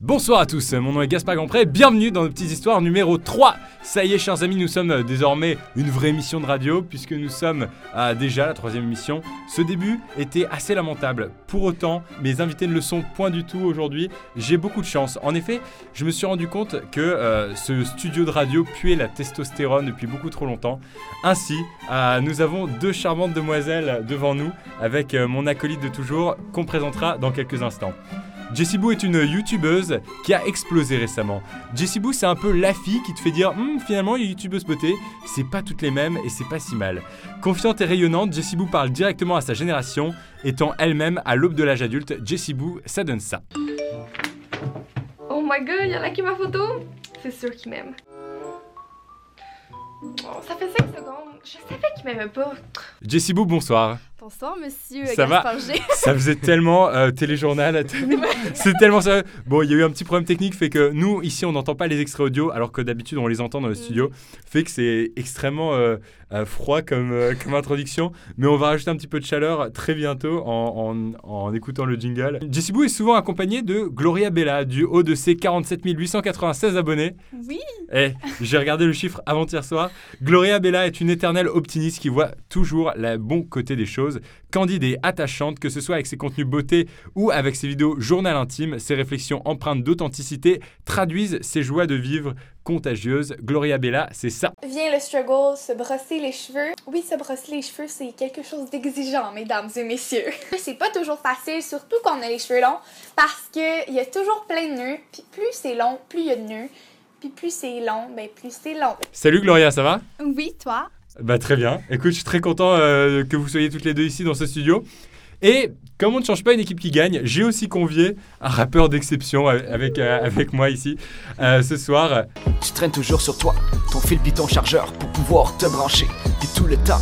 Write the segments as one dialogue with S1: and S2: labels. S1: Bonsoir à tous, mon nom est Gaspard Gampré, bienvenue dans nos petites histoires numéro 3. Ça y est, chers amis, nous sommes désormais une vraie émission de radio puisque nous sommes à déjà la troisième émission. Ce début était assez lamentable. Pour autant, mes invités ne le sont point du tout aujourd'hui. J'ai beaucoup de chance. En effet, je me suis rendu compte que euh, ce studio de radio puait la testostérone depuis beaucoup trop longtemps. Ainsi, euh, nous avons deux charmantes demoiselles devant nous avec euh, mon acolyte de toujours qu'on présentera dans quelques instants. Jessie Boo est une youtubeuse qui a explosé récemment. Jessie Boo, c'est un peu la fille qui te fait dire Hum, finalement, les youtubeuses beauté, c'est pas toutes les mêmes et c'est pas si mal. Confiante et rayonnante, Jessie Boo parle directement à sa génération, étant elle-même à l'aube de l'âge adulte. Jessie Boo, ça donne ça.
S2: Oh my god, y'en a qui ma photo C'est sûr qu'il m'aime. Oh, ça fait 5 secondes. Je savais qu'il m'aimait pas.
S1: Jessie Boo, bonsoir.
S3: Bonsoir, monsieur
S1: Ça va
S3: Gaspard G.
S1: Ça faisait tellement euh, téléjournal. C'est tellement ça. Bon, il y a eu un petit problème technique, fait que nous, ici, on n'entend pas les extraits audio, alors que d'habitude, on les entend dans le studio. Fait que c'est extrêmement euh, euh, froid comme, euh, comme introduction. Mais on va rajouter un petit peu de chaleur très bientôt en, en- en écoutant le jingle. Jessie Boo est souvent accompagnée de Gloria Bella, du haut de ses 47 896 abonnés.
S3: Oui,
S1: Eh, j'ai regardé le chiffre avant-hier soir. Gloria Bella est une éternelle optimiste qui voit toujours le bon côté des choses, candide et attachante, que ce soit avec ses contenus beauté ou avec ses vidéos journal intime, ses réflexions empreintes d'authenticité traduisent ses joies de vivre contagieuses. Gloria Bella, c'est ça.
S4: Vient le struggle, se brosser les cheveux. Oui, se brosser les cheveux, c'est quelque chose d'exigeant, mesdames et messieurs. c'est pas toujours facile, surtout quand on a les cheveux longs, parce qu'il y a toujours plein de nœuds. Puis plus c'est long, plus il y a de nœuds. Puis plus c'est long, ben plus c'est long.
S1: Salut Gloria, ça va
S3: oui, toi.
S1: Bah très bien. Écoute, je suis très content euh, que vous soyez toutes les deux ici dans ce studio. Et comme on ne change pas une équipe qui gagne, j'ai aussi convié un rappeur d'exception euh, avec, euh, avec moi ici euh, ce soir.
S5: Tu traînes toujours sur toi, ton fil piton chargeur pour pouvoir te brancher. Puis tout le temps,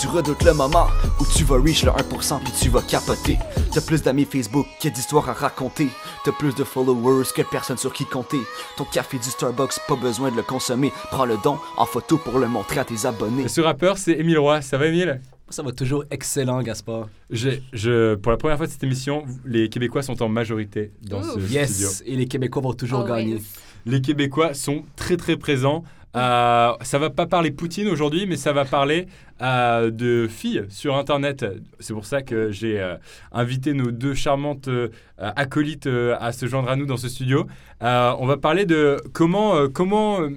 S5: tu redoutes le moment où tu vas reach le 1% puis tu vas capoter. T'as plus d'amis Facebook que d'histoires à raconter. T'as plus de followers que de personnes sur qui compter. Ton café du Starbucks, pas besoin de le consommer. Prends le don en photo pour le montrer à tes abonnés.
S1: Ce rappeur, c'est Émile Roy. Ça va, Émile
S6: Ça va toujours excellent, Gaspard.
S1: J'ai- je, Pour la première fois de cette émission, les Québécois sont en majorité dans ce
S3: Ouh.
S1: studio.
S6: Yes, et les Québécois vont toujours
S3: Always.
S6: gagner.
S1: Les Québécois sont très très présents. Euh, ça va pas parler Poutine aujourd'hui, mais ça va parler euh, de filles sur Internet. C'est pour ça que j'ai euh, invité nos deux charmantes euh, acolytes euh, à se joindre à nous dans ce studio. Euh, on va parler de comment, euh, comment, euh,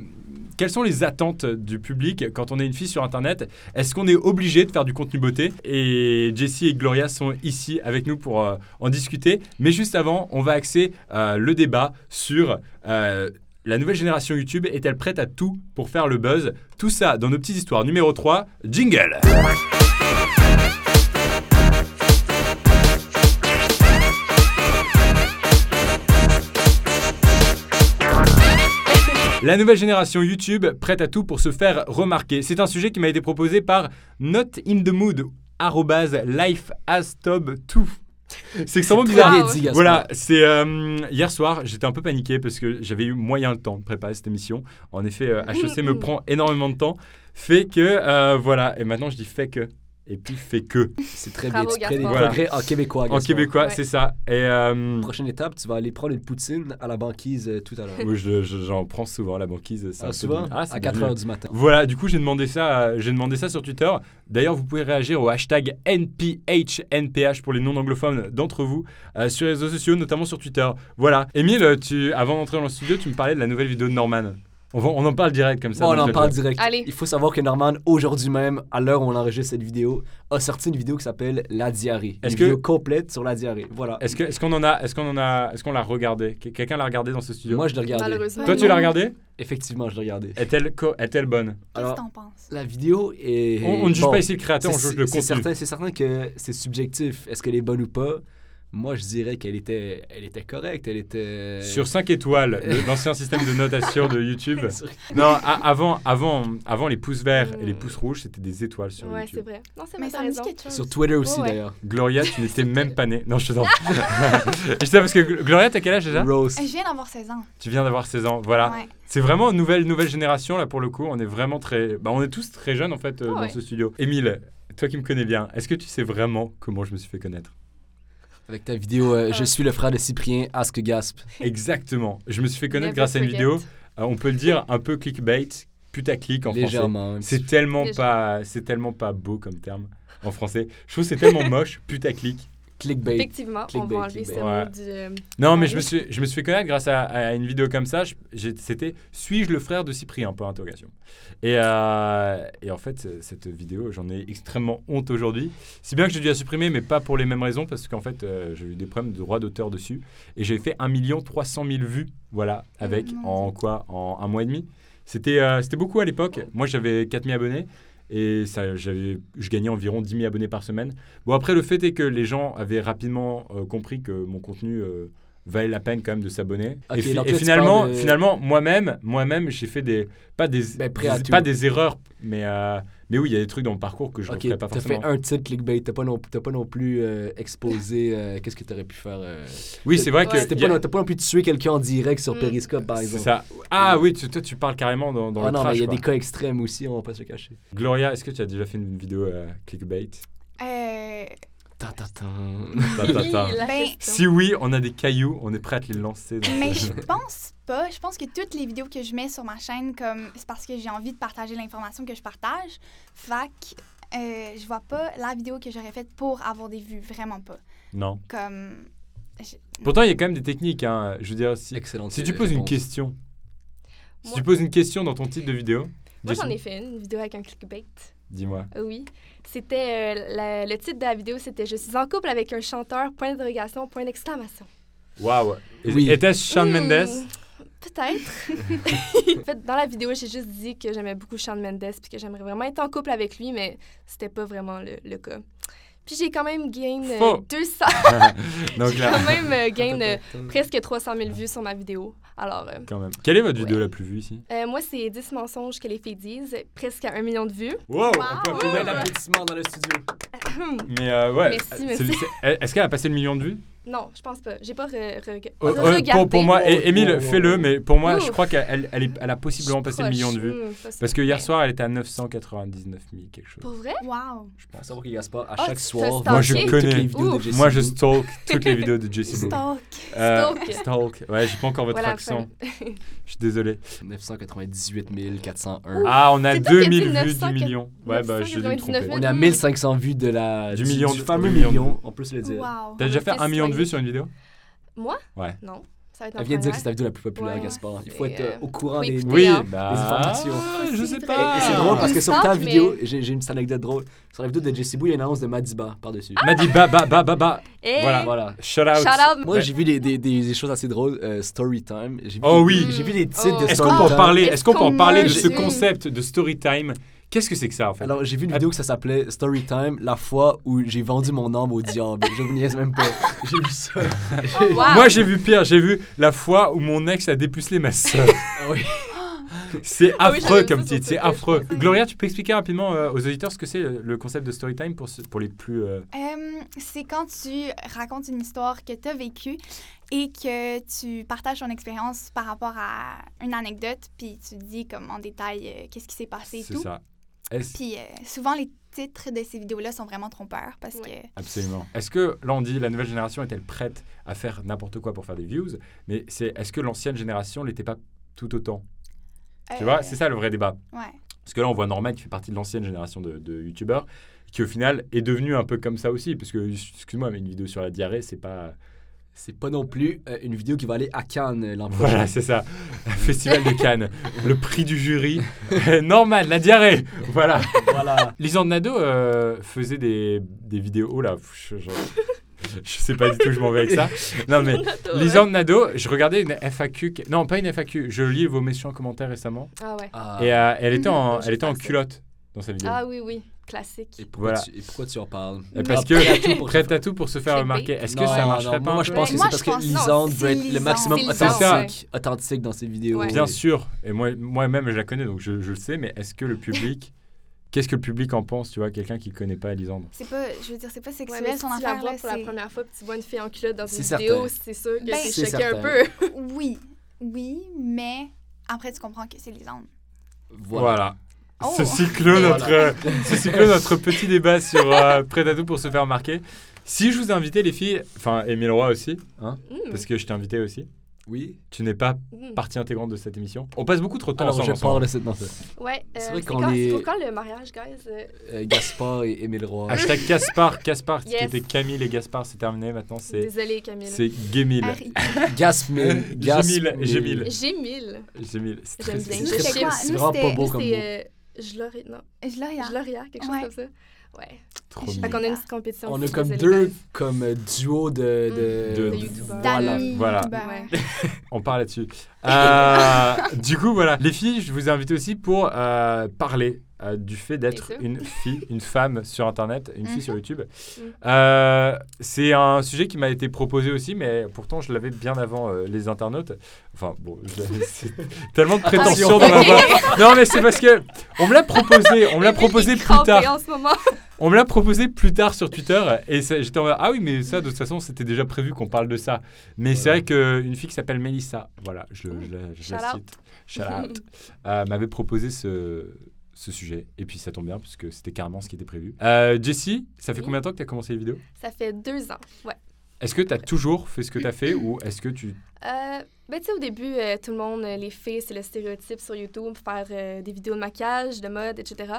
S1: quelles sont les attentes du public quand on est une fille sur Internet. Est-ce qu'on est obligé de faire du contenu beauté Et Jessie et Gloria sont ici avec nous pour euh, en discuter. Mais juste avant, on va axer euh, le débat sur euh, la nouvelle génération YouTube est-elle prête à tout pour faire le buzz Tout ça dans nos petites histoires numéro 3, jingle La nouvelle génération YouTube prête à tout pour se faire remarquer. C'est un sujet qui m'a été proposé par Not in the Mood, arrobase lifeastob2. C'est extrêmement
S6: Très
S1: bizarre.
S6: bien
S3: Wow.
S6: dit, Gaspard.
S1: Ah! Voilà, c'est euh, hier soir, j'étais un peu paniqué parce que j'avais eu moyen le temps de préparer cette émission. En effet, euh, HEC me prend énormément de temps. Fait que, euh, voilà, et maintenant je dis fait que. Et puis fait que.
S6: C'est très
S3: Bravo,
S6: bien. Tu prends des
S3: Gaspard.
S6: progrès en québécois.
S1: En
S6: Gaspard.
S1: québécois,
S3: Ouais.
S1: c'est ça. Et euh,
S6: Prochaine étape, tu vas aller prendre une poutine à la banquise euh, tout à l'heure.
S1: moi, je- je- j'en prends souvent la banquise. c'est un
S6: Ah,
S1: peu
S6: souvent,
S1: bien. Ah, c'est
S6: à 4
S1: bien.
S6: h du matin.
S1: Voilà, du coup, j'ai demandé ça, euh, j'ai demandé ça sur Twitter. D'ailleurs, vous pouvez réagir au hashtag NPHNPH pour les non-anglophones d'entre vous euh, sur les réseaux sociaux, notamment sur Twitter. Voilà. Émile, tu, avant d'entrer dans le studio, tu me parlais de la nouvelle vidéo de Norman. On, va- on en parle direct comme ça.
S6: Bon, on
S1: dans
S6: en
S1: le-
S6: parle direct.
S3: Allez.
S6: Il faut savoir que Norman, aujourd'hui même, à l'heure où on enregistre cette vidéo, a sorti une vidéo qui s'appelle La diarrhée.
S1: Est-ce
S6: une
S1: que-
S6: vidéo complète sur la diarrhée. Voilà.
S1: Est-ce que- est-ce qu'on en a, est-ce qu'on en a, est-ce qu'on l'a regardé Que- Quelqu'un l'a regardé dans ce studio
S6: Moi, je l'ai regardée.
S2: Bah
S3: Malheureusement.
S1: Toi, tu l'as regardé
S6: Effectivement, je l'ai regardée.
S1: Est-elle co- est-elle bonne
S3: Qu'est-ce que
S6: Alors,
S3: t'en penses
S6: la vidéo est.
S1: On on ne juge
S6: Bon,
S1: pas ici le créateur, on
S6: c'est-
S1: juge le
S6: c'est
S1: contenu.
S6: certain, c'est certain que c'est subjectif. Est-ce qu'elle est bonne ou pas Moi, je dirais qu'elle était, elle était correcte. Elle était.
S1: Sur 5 étoiles,
S2: Euh.
S1: le- l'ancien système de notation de YouTube. Non, a- avant, avant, avant les pouces verts et les pouces rouges, c'était des étoiles sur
S2: Euh. Ouais, c'est
S1: YouTube.
S2: vrai. Non, c'est
S4: Mais
S2: ma
S4: ça me dit
S2: raison.
S4: quelque chose.
S6: Sur Twitter aussi,
S2: Ouais, ouais.
S6: d'ailleurs.
S1: Gloria, tu n'étais même pas née. Non, je te tente. je sais parce que Gl- Gloria, t'as quel âge déjà
S6: Rose.
S3: Je viens d'avoir 16 ans.
S1: Tu viens d'avoir 16 ans, voilà.
S3: Ouais.
S1: C'est vraiment une nouvelle, nouvelle génération, là, pour le coup. On est vraiment très... Bah, on est tous très jeunes, en fait, euh,
S2: Ah
S1: dans
S2: ouais.
S1: ce studio. Émile, toi qui me connais bien, est-ce que tu sais vraiment comment je me suis fait connaître
S6: Avec ta vidéo euh, Je suis le frère de Cyprien, Ask Gasp.
S1: Exactement. Je me suis fait connaître
S2: Never
S1: grâce à une
S2: forget.
S1: vidéo, euh, on peut le dire, un peu clickbait, putaclic en français.
S6: légèrement. un petit
S1: C'est tellement
S2: Déjà.
S1: pas, c'est tellement pas beau comme terme en français. Je trouve que c'est tellement moche, putaclic.
S6: peu. Clickbait.
S2: Effectivement, on
S6: clickbait,
S2: va enlever ce
S6: clickbait.
S1: Ouais.
S2: mot du. euh,
S1: Non, mais
S2: Ouais.
S1: je me suis, je me suis fait connaître grâce à, à une vidéo comme ça. Je- j'ai- C'était suis-je le frère de Cyprien Point interrogation. Et, euh, et en fait, euh, cette vidéo, j'en ai extrêmement honte aujourd'hui. Si bien que j'ai dû la supprimer, mais pas pour les mêmes raisons, parce qu'en fait, euh, j'ai eu des problèmes de droit d'auteur dessus. Et j'ai fait 1 300 000 vues, voilà, avec
S3: Mm.
S1: en quoi En un mois et demi. C'était euh, c'était beaucoup à l'époque. Moi, j'avais 4 000 abonnés. Et ça, j'avais- je gagnais environ 10 000 abonnés par semaine. Bon, après, le fait est que les gens avaient rapidement euh, compris que mon contenu euh, valait la peine quand même de s'abonner.
S6: Ah, Ok,
S1: et fi-
S6: donc
S1: et
S6: là, tu
S1: finalement,
S6: parles de-
S1: finalement moi-même, moi-même, j'ai fait des. Pas des,
S6: Ben, prêt à
S1: des-
S6: tout.
S1: pas des erreurs, mais, euh, mais oui, il y a des trucs dans mon parcours que je ne
S6: Ok,
S1: pas
S6: t'as fait
S1: forcément.
S6: un titre clickbait, t'as pas, non- t'as pas non plus euh, exposé euh, qu'est-ce que t'aurais pu faire. euh,
S1: Oui, c'est vrai
S2: Ouais.
S1: que.
S6: C'était
S1: il y a-
S6: pas, non- t'as pas non plus tué quelqu'un en direct sur
S2: Mm.
S6: Periscope, par
S1: C'est
S6: exemple.
S1: ça. Ah oui, tu- toi, tu parles carrément dans, dans
S6: Ah
S1: le
S6: non, mais
S1: trash,
S6: il y a
S1: quoi.
S6: des cas extrêmes aussi, on va pas se le cacher.
S1: Gloria, est-ce que tu as déjà fait une vidéo euh, clickbait
S3: Euh,
S6: Tan, tan, tan.
S2: oui, la
S3: Ben,
S2: question.
S1: Si oui, on a des cailloux, on est prêt à te les lancer. dans-
S3: mais je pense pas. Je pense que toutes les vidéos que je mets sur ma chaîne, comme c'est parce que j'ai envie de partager l'information que je partage. Fac, euh, je vois pas la vidéo que j'aurais faite pour avoir des vues. Vraiment pas.
S1: Non.
S3: Comme. je-
S1: Pourtant, il y a quand même des techniques. hein. Je veux dire, si,
S6: Excellent.
S1: si tu poses une
S6: réponse.
S1: question, si
S2: Moi-
S1: tu poses une question dans ton titre de vidéo,
S2: Moi, j'en
S1: Jason,
S2: ai fait une vidéo avec un clickbait.
S1: dis-moi.
S2: Ah Oui. C'était. euh, la- le titre de la vidéo, c'était Je suis en couple avec un chanteur, point d'interrogation, point d'exclamation.
S1: Waouh.
S6: Oui.
S1: Était-ce Shawn
S2: Hmm,
S1: Mendes
S2: Peut-être. en fait, dans la vidéo, j'ai juste dit que j'aimais beaucoup Shawn Mendes puis que j'aimerais vraiment être en couple avec lui, mais c'était pas vraiment le, le cas. Puis j'ai quand même gain euh,
S1: Faux.
S2: 200,
S1: Donc
S2: j'ai
S1: là,
S2: quand même euh,
S6: Tan,
S2: gain euh,
S6: tan, tan.
S2: presque 300 000 vues sur ma vidéo. Alors, euh,
S1: quand même. Quelle est votre
S2: Ouais.
S1: vidéo la plus vue ici
S2: euh, moi, c'est 10 mensonges que les filles disent, presque à un million de vues.
S1: Wow,
S3: on peut applaudir
S6: Plein d'applaudissements dans le studio.
S1: Mais euh, ouais,
S2: Merci,
S1: c'est-
S2: merci.
S1: c'est- est-ce qu'elle a passé le million de vues
S2: Non, je pense pas. J'ai pas re- re-
S1: Oh, oh,
S2: regardé.
S1: pour, pour moi,
S6: Oh,
S1: et- Émile,
S6: oh, oh,
S1: fais-le,
S6: oh.
S1: mais pour moi, je
S2: Ouf.
S1: crois qu'elle elle, elle est- elle a possiblement passé le
S2: Proche.
S1: million de vues.
S2: Hmm, pas sûr.
S1: Parce que hier soir, elle était à 999 000 quelque chose.
S2: Pour vrai?
S3: Wow.
S1: Je pense.
S6: Savoir qu'il gaspille à
S2: Ah,
S6: chaque
S2: tu te
S6: soir.
S2: stalkais? Moi, je
S6: toutes
S1: connais.
S6: les vidéos de
S2: Ouf.
S6: Jessie
S1: Moi, je
S6: Boo.
S1: stalk toutes les vidéos de Jessie Boo.
S3: Stalk.
S1: Euh,
S2: Stalk.
S1: stalk. Ouais, j'ai pas encore votre
S2: Voilà,
S1: accent. Je suis désolé.
S6: 998 401.
S1: Ah, on a
S2: C'est toi qui as dit
S1: 2000 vues du
S2: 900,
S1: million. Ouais, bah, je vais me tromper.
S2: 999 000.
S6: On est à 1500 vues de la,
S1: Du million de-
S6: fameux
S1: du million de-
S6: million, on peut se le dire.
S3: Wow.
S1: T'as déjà fait un million de vues sur une vidéo
S2: Non, ça va être
S6: Elle vient de dire que c'est
S2: c'est
S6: ta vidéo la plus populaire,
S2: Ouais.
S6: Gaspard. Il faut
S2: Et,
S6: être euh,
S2: euh,
S6: au courant
S2: faut
S6: des...
S2: écouter.
S6: Et-
S2: Oui, hein.
S1: bah.
S6: informations.
S1: Je sais pas.
S6: et c'est drôle parce que sur ta
S2: Stop,
S6: vidéo,
S2: mais-
S6: j'ai j'ai une petite anecdote drôle. Sur la vidéo de Jessie Boo, il y a une annonce de Madiba par-dessus.
S1: M'a dit bah, bah, bah, bah, bah. Voilà. Ah,
S6: Voilà.
S1: Shout out.
S2: Shout out.
S6: Moi, j'ai vu des, des, des, des choses assez drôles. euh, story time. J'ai vu
S1: Oh
S6: des-
S1: oui.
S6: J'ai vu des titres
S2: Oh.
S6: de
S1: Est-ce
S6: story
S1: qu'on peut en
S6: time.
S1: parler
S2: Est-ce
S1: Est-ce qu'on peut en
S2: qu'on
S1: parler de
S2: mange
S1: ce
S2: une-
S1: concept de story time Qu'est-ce que c'est que ça en fait
S6: Alors, j'ai vu une vidéo que ça s'appelait Story Time, la fois où j'ai vendu mon âme au diable. Je vous niaise même pas. J'ai vu ça.
S2: Wow.
S1: Moi, j'ai vu pire. J'ai vu la fois où mon ex a dépucelé ma sœur.
S6: Ah oui.
S1: C'est
S2: Ah oui,
S1: affreux
S2: j'avais
S1: comme
S2: vu ça
S1: titre,
S2: sur
S1: c'est
S2: Twitter,
S1: affreux.
S2: je pense.
S1: Gloria, tu peux expliquer rapidement euh, aux auditeurs ce que c'est euh, le concept de story time pour, ce- pour les plus. euh,
S3: Euh, c'est quand tu racontes une histoire que tu as vécue et que tu partages ton expérience par rapport à une anecdote, puis tu dis comme en détail euh, qu'est-ce qui s'est
S2: Ah,
S3: passé et
S1: C'est
S3: tout.
S1: ça. Est-ce-
S3: Puis euh, souvent, les titres de ces vidéos-là sont vraiment trompeurs parce
S2: Ouais.
S1: Absolument. Est-ce que, là on dit, la nouvelle génération est-elle prête à faire n'importe quoi pour faire des views Mais c'est est-ce que l'ancienne génération l'était pas tout autant
S3: que.
S1: Tu
S3: euh,
S1: vois, c'est ça le vrai débat.
S3: Ouais.
S1: Parce que là on voit Norman qui fait partie de l'ancienne génération de, de youtubeurs, qui au final est devenu un peu comme ça aussi. Parce que, excuse-moi, mais une vidéo sur la diarrhée, c'est pas...
S6: C'est pas non plus euh, une vidéo qui va aller à Cannes euh, l'an prochain.
S1: Voilà, c'est ça. Festival de Cannes, le prix du jury. Norman, la diarrhée Voilà.
S6: Voilà.
S1: Lisande Nado euh, faisait des, des vidéos là. Je, je- je sais pas du tout, je m'en vais avec ça. Non mais Lisande Nado, je regardais une FAQ. que- Non, pas une FAQ. Je lis vos méchants commentaires récemment.
S2: Ah ouais.
S6: Ah.
S1: Et
S6: Et,
S1: euh, elle était en,
S2: Je
S1: elle était en
S2: pense que-
S1: culotte dans sa vidéo.
S2: Ah oui, oui, classique.
S6: pourquoi
S1: voilà.
S6: tu, et pourquoi tu en parles
S1: Euh, Parce que prête à tout pour se faire
S2: Clickbait.
S1: remarquer. Est-ce que
S6: Non,
S1: ça marcherait
S6: non,
S1: pas
S6: Moi,
S1: un
S6: je
S1: peu
S6: pense que
S3: Moi,
S6: c'est parce
S3: je
S6: que
S3: pense- non,
S6: Lisande
S3: c'est
S6: veut être le
S3: Lisande.
S6: maximum
S2: C'est Lisande,
S6: authentique, authentique dans ses vidéos.
S2: Ouais.
S1: Bien sûr. Et moi, moi-même, je la connais, donc je, je le sais. Mais est-ce que le public, qu'est-ce que le public en pense, tu vois, quelqu'un qui connaît pas Lisande
S3: C'est pas, je veux dire, c'est pas sexuel
S2: Ouais, mais si
S3: son
S2: tu la
S3: affaire.
S2: vois
S3: là,
S2: pour la
S3: c'est-
S2: première fois, puis tu vois une fille en culotte dans une
S6: C'est
S2: vidéo,
S6: certain.
S2: c'est sûr que
S3: Ben,
S2: t'es
S6: c'est
S2: choqué un
S6: certain.
S2: peu.
S3: Oui, oui, mais après, tu comprends que c'est les ondes.
S6: Voilà.
S1: Voilà.
S3: Oh.
S1: Ceci clôt
S6: Voilà.
S1: notre, ceci clôt notre petit débat sur euh, Predato pour se faire marquer. Si je vous invitais, les filles, enfin, Émile Roy aussi, hein,
S2: Hmm.
S1: parce que je t'ai invité aussi,
S6: Oui.
S1: tu n'es pas
S2: Hmm.
S1: partie intégrante de cette émission. On passe beaucoup trop de temps
S6: Alors, je
S1: ensemble.
S6: parle
S1: ensemble.
S6: de cette note
S2: Ouais, euh,
S6: C'est vrai
S2: c'est
S6: qu'on
S2: quand,
S6: est-
S2: c'est pour quand le mariage, guys? Euh,
S6: Gaspard et Émile Roy.
S1: Hashtag Gaspard, Gaspard, qui
S2: Yes.
S1: était Camille et Gaspard, c'est terminé maintenant, c'est
S2: Désolée, Camille.
S1: c'est Gémil.
S2: Ah,
S3: Harry.
S6: Gasmil.
S1: Gémil, Gémil.
S2: J'ai mille.
S1: J'ai mis le- c'est
S2: J'aime
S1: très- c'est
S2: bien.
S3: C'était
S1: très-
S3: quoi?
S6: C'est
S3: Nous,
S6: vraiment
S3: c'était-
S6: pas beau
S2: Nous,
S6: comme mot.
S2: c'est... euh, Je l'aurais... Non,
S3: Je l'ai,
S2: je l'aurais, quelque chose
S3: Ouais.
S2: comme ça. Ouais.
S1: trop
S3: Je-
S1: mignon.
S2: Fait qu'on a une petite compétition.
S6: On a
S2: aussi,
S6: comme
S2: désolée,
S6: deux
S2: guys.
S6: comme euh, duo de...
S1: De-
S6: de...
S1: de
S2: youtubeurs.
S1: Voilà,
S3: Dani, Ben,
S1: voilà.
S3: Hubert.
S2: Ouais.
S1: On parle là-dessus. Euh, du coup, voilà. Les filles, je vous invite aussi pour euh, parler euh, du fait d'être
S2: Bien sûr.
S1: une fille, une femme sur Internet, une fille sur YouTube.
S2: Mhm.
S1: Euh, c'est un sujet qui m'a été proposé aussi, mais pourtant, je l'avais bien avant euh, les internautes. Enfin, bon, je l'avais- c'est tellement de prétention dans ma voix. Non, mais c'est parce que on me l'a proposé, on me l'a
S2: Émile est
S1: proposé plus
S2: crampé
S1: tard.
S2: en ce moment.
S1: On me l'a proposé plus tard sur Twitter et ça- j'étais en mode ah oui mais ça de toute façon c'était déjà prévu qu'on parle de ça. Mais c'est vrai qu'une fille qui s'appelle Mélissa, voilà, je, le- je la- je
S2: Shout
S1: la
S2: out.
S1: cite, shout out, euh, m'avait proposé ce, ce sujet et puis ça tombe bien parce que c'était carrément ce qui était prévu. Euh, Jessie, ça fait
S2: Oui.
S1: combien de temps que tu as commencé les vidéos
S2: Ça fait deux ans, ouais.
S1: Est-ce que tu as toujours fait ce que tu as fait ou est-ce que tu...
S2: Euh, ben, tu sais, au début, euh, tout le monde, euh, les filles, c'est le stéréotype sur YouTube, faire euh, des vidéos de maquillage, de mode, etc.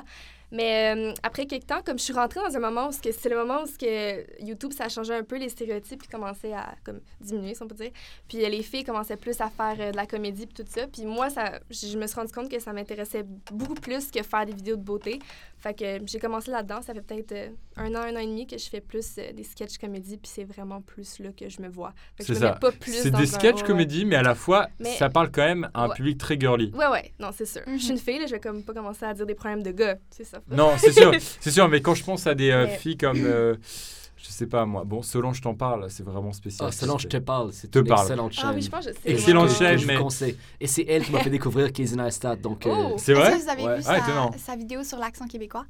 S2: Mais euh, après quelques temps, comme je suis rentrée dans un moment où ce que- c'est le moment où ce que YouTube, ça a changé un peu les stéréotypes, puis commençait à comme, diminuer, si on peut dire. Puis euh, les filles commençaient plus à faire euh, de la comédie, puis tout ça. Puis moi, ça, je je me suis rendu compte que ça m'intéressait beaucoup plus que faire des vidéos de beauté. Fait que euh, j'ai commencé là-dedans. Ça fait peut-être euh, un an, un an et demi que je fais plus euh, des sketchs comédie, puis c'est vraiment plus là que je me vois. Fait que je
S1: C'est
S2: me
S1: ça.
S2: mets pas plus
S1: C'est
S2: dans
S1: des
S2: un-
S1: sketchs
S2: ouais, ouais.
S1: comédie mais à la fois
S2: Mais-
S1: ça parle quand même à un
S2: Ouais.
S1: public très girly.
S2: Ouais, ouais, non, c'est sûr.
S3: Mhm.
S2: Je suis une fille, là, je vais comme pas commencer à dire des problèmes de gars, c'est ça.
S1: Non, c'est sûr, c'est sûr, mais quand je pense à des euh,
S2: Mais-
S1: filles comme, euh, je sais pas moi, bon, Solange t'en parle, c'est vraiment spécial.
S6: Ah, Solange, je te parle. C'est
S1: Te
S6: une
S1: parle.
S6: excellente chaîne.
S2: Ah oui, je pense que je sais.
S1: Excellente
S2: ouais.
S1: chaîne.
S6: que je
S1: mais-
S6: vous conseille. Et c'est elle qui m'a fait découvrir Casey Neistat. Donc,
S2: Oh.
S6: euh,
S1: C'est
S3: Est-ce
S1: vrai
S3: que vous avez
S6: Ouais.
S3: vu
S1: Ah,
S3: sa,
S1: étonnant.
S3: sa vidéo sur l'accent québécois?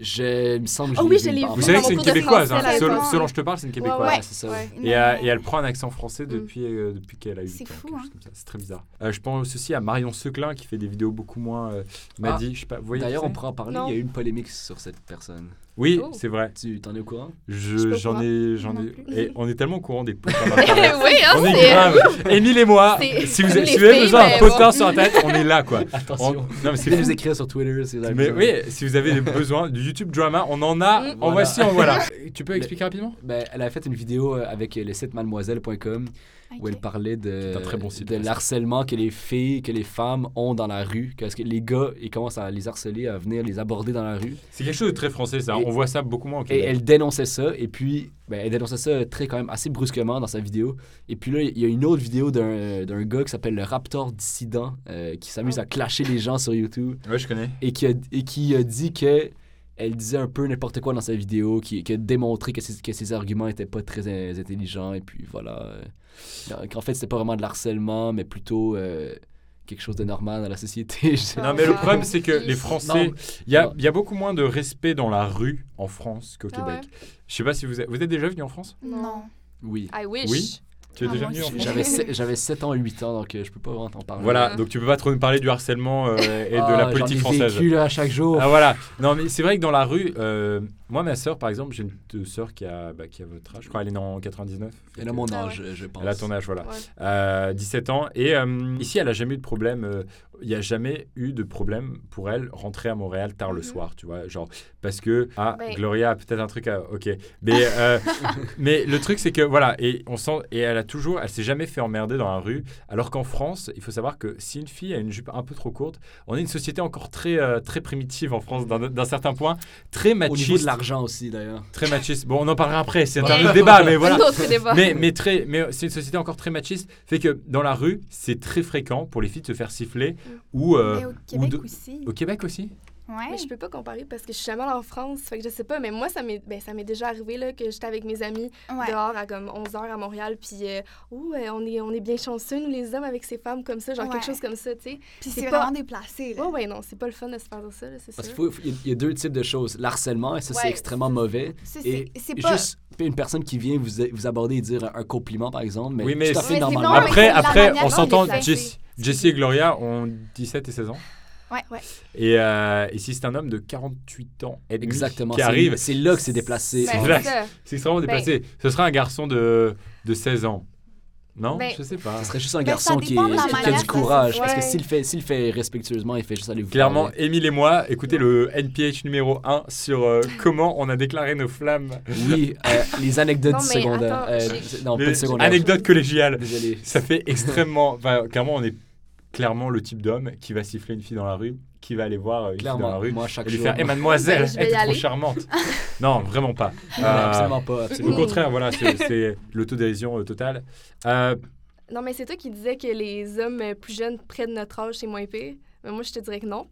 S6: je il me semble que
S2: Oh
S6: je
S2: oui,
S6: l'ai
S2: je l'ai
S6: vu.
S2: vu
S1: Vous savez
S2: dans
S1: que c'est
S2: mon
S1: une
S2: cours de
S1: québécoise, hein.
S2: français,
S1: Sol-
S3: là-dedans.
S1: Solange te parle, c'est une québécoise.
S2: Ouais,
S6: c'est ça.
S2: ouais. Mm.
S1: Et, euh, et elle prend un accent français depuis, euh, depuis qu'elle a eu 8
S3: C'est
S1: ans,
S3: fou,
S1: quelque
S3: hein.
S1: chose comme ça. C'est très bizarre. Euh, je pense aussi à Marion Seclin qui fait des vidéos beaucoup moins. euh, m'a
S6: Ah.
S1: dit, je sais pas, vous voyez.
S6: D'ailleurs,
S1: qui
S6: on pourra en parler.
S2: Non.
S6: Il y a eu une polémique sur cette personne.
S1: c'est Oui,
S2: Oh.
S1: c'est vrai.
S6: Tu t'en es au courant
S1: Je-
S2: pas au
S1: J'en
S2: courant.
S1: ai. j'en
S3: Non
S1: ai...
S3: plus.
S1: Et on est tellement au courant des potes.
S2: oui, hein,
S1: on est
S2: c'est-
S1: grave. Émile et moi,
S2: C'est-
S1: si vous, avez-
S2: les
S1: si vous avez
S2: filles,
S1: besoin d'un
S2: mais
S1: potin
S2: bon.
S1: sur la tête, on est là, quoi. On-
S6: Attention.
S1: Non, mais c'est
S6: Venez
S1: fou.
S6: nous écrire sur Twitter si vous avez
S1: Mais
S6: besoin.
S1: oui, si vous avez besoin du YouTube drama, euh, on en a,
S2: Mm.
S1: en
S6: Voilà.
S1: voici, en voilà. Tu peux
S6: expliquer
S1: rapidement
S6: Ben, elle a fait une vidéo euh, avec le site mademoiselle.com
S3: Ok.
S6: où elle parlait de,
S1: C'est un très bon site,
S6: de
S1: par
S6: l'harcèlement que les filles, que les femmes ont dans la rue. Parce que les gars, ils commencent à les harceler, à venir les aborder dans la rue.
S1: C'est quelque chose de très français, ça.
S6: Et-
S1: on voit ça beaucoup moins au
S6: Et
S1: Québec.
S6: elle dénonçait ça, et puis ben, elle dénonçait ça très quand même assez brusquement dans sa vidéo. Et puis là, il y a une autre vidéo d'un euh, d'un gars qui s'appelle le Raptor Dissident, euh, qui s'amuse à clasher les gens sur YouTube,
S1: Ouais, je connais.
S6: et qui a, et qui a dit que elle disait un peu n'importe quoi dans sa vidéo, qui, qui a démontré que ses, que ses arguments n'étaient pas très euh, intelligents, et puis voilà. euh, non, Qu'en fait, c'était pas vraiment de l'harcèlement, mais plutôt euh, quelque chose de normal dans la société. je sais
S1: Non,
S2: Ah,
S1: mais le
S2: wow.
S1: problème, c'est que les Français.
S6: Non.
S1: Il y a,
S6: Non.
S1: il y a beaucoup moins de respect dans la rue en France qu'au
S2: Ah
S1: Québec. Je sais pas si vous êtes, vous êtes déjà venu en France
S3: Non.
S6: Oui.
S2: I wish.
S1: Oui. Tu es
S3: Ah,
S1: déjà
S3: moi,
S1: venu en
S3: je-
S1: France
S6: J'avais se- J'avais 7 ans, 8 ans, donc euh, je peux pas vraiment t'en parler.
S1: Voilà, donc tu peux pas trop nous parler du harcèlement euh, et de
S6: Ah,
S1: la politique
S6: j'en ai
S1: française.
S6: vécu, là, à chaque jour.
S1: Ah voilà, non mais c'est vrai que dans la rue, euh, moi ma soeur par exemple, j'ai une t- sœur qui a, bah, qui a votre âge, je crois elle est née en 99.
S6: Elle a mon
S2: Ah ouais.
S6: âge, je pense.
S1: Elle a ton âge, voilà.
S2: Ouais.
S1: Euh, 17 ans. Et euh, ici, elle n'a jamais eu de problème. euh, Il n'y a jamais eu de problème pour elle rentrer à Montréal tard le
S2: Mhm.
S1: soir, tu vois. Genre, parce que. Ah,
S2: Ben-
S1: Gloria a peut-être un truc à. Ok. Mais, euh, mais le truc, c'est que voilà. Et on sent. Et elle a toujours. Elle s'est jamais fait emmerder dans la rue. Alors qu'en France, il faut savoir que si une fille a une jupe un peu trop courte, on est une société encore très, euh, très primitive en France, d'un d'un certain point. Très
S6: Au niveau de
S1: machiste.
S6: l'argent aussi, d'ailleurs.
S1: Très machiste. Bon, on en parlera après. C'est un
S2: Ouais.
S1: autre débat, mais voilà
S2: Un autre débat.
S1: mais, mais, très, mais c'est une société encore très machiste. Fait que dans la rue, c'est très fréquent pour les filles de se faire siffler ou. euh,
S3: Mais au
S1: ou
S3: Québec
S1: de-
S3: aussi.
S1: Au Québec aussi
S3: Ouais.
S2: Mais je peux pas comparer parce que je suis jamais allée en France. Fait que je sais pas, mais moi, ça m'est ben, ça m'est déjà arrivé là, que j'étais avec mes amis
S3: ouais.
S2: dehors à comme 11h à Montréal. Puis, euh, ouh, euh, on, est, on est bien chanceux, nous les hommes, avec ces femmes comme ça, genre
S3: Ouais.
S2: quelque chose comme ça, tu sais.
S3: Puis
S2: c'est
S3: c'est
S2: pas-
S3: vraiment déplacé.
S2: Ouais,
S3: Là.
S2: ouais, non, c'est pas le fun de se faire dire ça, là, c'est
S6: Parce qu'il
S2: sûr.
S6: faut- faut- il y a deux types de choses. L'harcèlement, et ça, c'est
S2: Ouais.
S6: extrêmement mauvais.
S3: Ça,
S6: Et
S3: c'est- C'est
S6: et
S3: pas.
S6: juste une personne qui vient vous, vous aborder et dire un compliment, par exemple, mais
S1: Oui, mais
S6: tout à
S1: c'est-
S6: fait
S3: Mais c'est
S6: normal.
S3: non, mais
S1: Après,
S3: c'est la
S1: après
S3: manière
S1: on
S3: dont
S1: s'entend.
S3: les
S1: Jess- Jessie et Gloria ont 17 et 16 ans.
S3: Ouais, ouais.
S1: Et, euh, et si c'est un homme de 48 ans et demi
S6: Exactement.
S1: qui
S6: c'est-
S1: arrive,
S6: C'est là que c'est déplacé.
S1: C'est
S2: Ben,
S1: vrai.
S2: ça.
S1: c'est extrêmement
S2: Ben-
S1: déplacé. Ce sera un garçon de, de 16 ans. Non
S2: Ben-
S1: Je sais pas.
S6: Ce serait juste un
S3: Ben, ça
S6: garçon qui, est-
S3: dépend de la
S6: qui a
S2: manière
S6: du
S2: dont ça se
S6: courage.
S2: fait.
S6: Parce que
S2: Ouais.
S6: s'il fait, s'il fait respectueusement, il fait juste aller vous
S1: Clairement,
S6: parler.
S1: Émile et moi, écoutez le NPH numéro 1 sur euh, comment on a déclaré nos flammes.
S6: Oui, euh, les anecdotes
S2: Non, mais
S6: secondaires.
S2: attends,
S6: Euh,
S2: j'ai-
S6: non, pas
S1: Les-
S6: de secondaires.
S1: Anecdote collégiale.
S6: Désolé.
S1: Ça fait extrêmement. Enfin, clairement, on est clairement le type d'homme qui va siffler une fille dans la rue, qui va aller voir euh, une fille dans la
S6: Clairement,
S1: rue
S6: moi, à chaque
S1: et lui
S6: jour.
S1: faire Eh, mademoiselle,
S2: Je vais
S1: elle
S2: y
S1: est trop
S2: aller.
S1: charmante. non, vraiment pas.
S6: Non,
S1: Euh,
S6: absolument pas.
S1: au
S6: Absolument.
S2: Mm.
S1: contraire, voilà, c'est- c'est l'autodérision euh, totale. Euh,
S2: Non, mais c'est toi qui disais que les hommes euh, plus jeunes près de notre âge, c'est moins pire. Mais moi, je te dirais que non.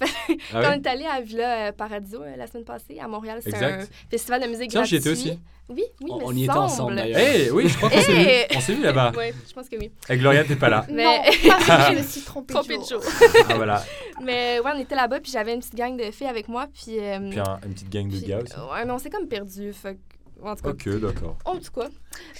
S1: ah
S2: Quand
S1: ouais.
S2: on est allé à Villa euh, Paradiso euh, la semaine passée, à Montréal, c'est
S1: Exact.
S2: un festival de musique
S1: Tiens, j'y
S2: gratuit.
S1: étais aussi.
S2: Oui, oui,
S6: On-
S2: me
S6: on y était
S2: semble.
S6: ensemble, d'ailleurs.
S1: Eh oui, je crois qu'on s'est
S2: Hey.
S1: vu. On s'est vu là-bas.
S2: Ouais, je pense que oui.
S1: Et Gloria, t'es pas là.
S2: Mais-
S3: Non, parce que je me suis trompée,
S2: Trompé
S3: de
S2: de
S3: jour.
S2: jour.
S1: Ah, voilà.
S2: Mais ouais, on était là-bas, puis j'avais une petite gang de filles avec moi, puis... euh,
S1: Puis un- une petite gang de
S2: puis-
S1: gars aussi.
S2: Ouais, mais on s'est comme perdu, fait que- En tout cas,
S1: Ok, d'accord.
S2: en tout cas.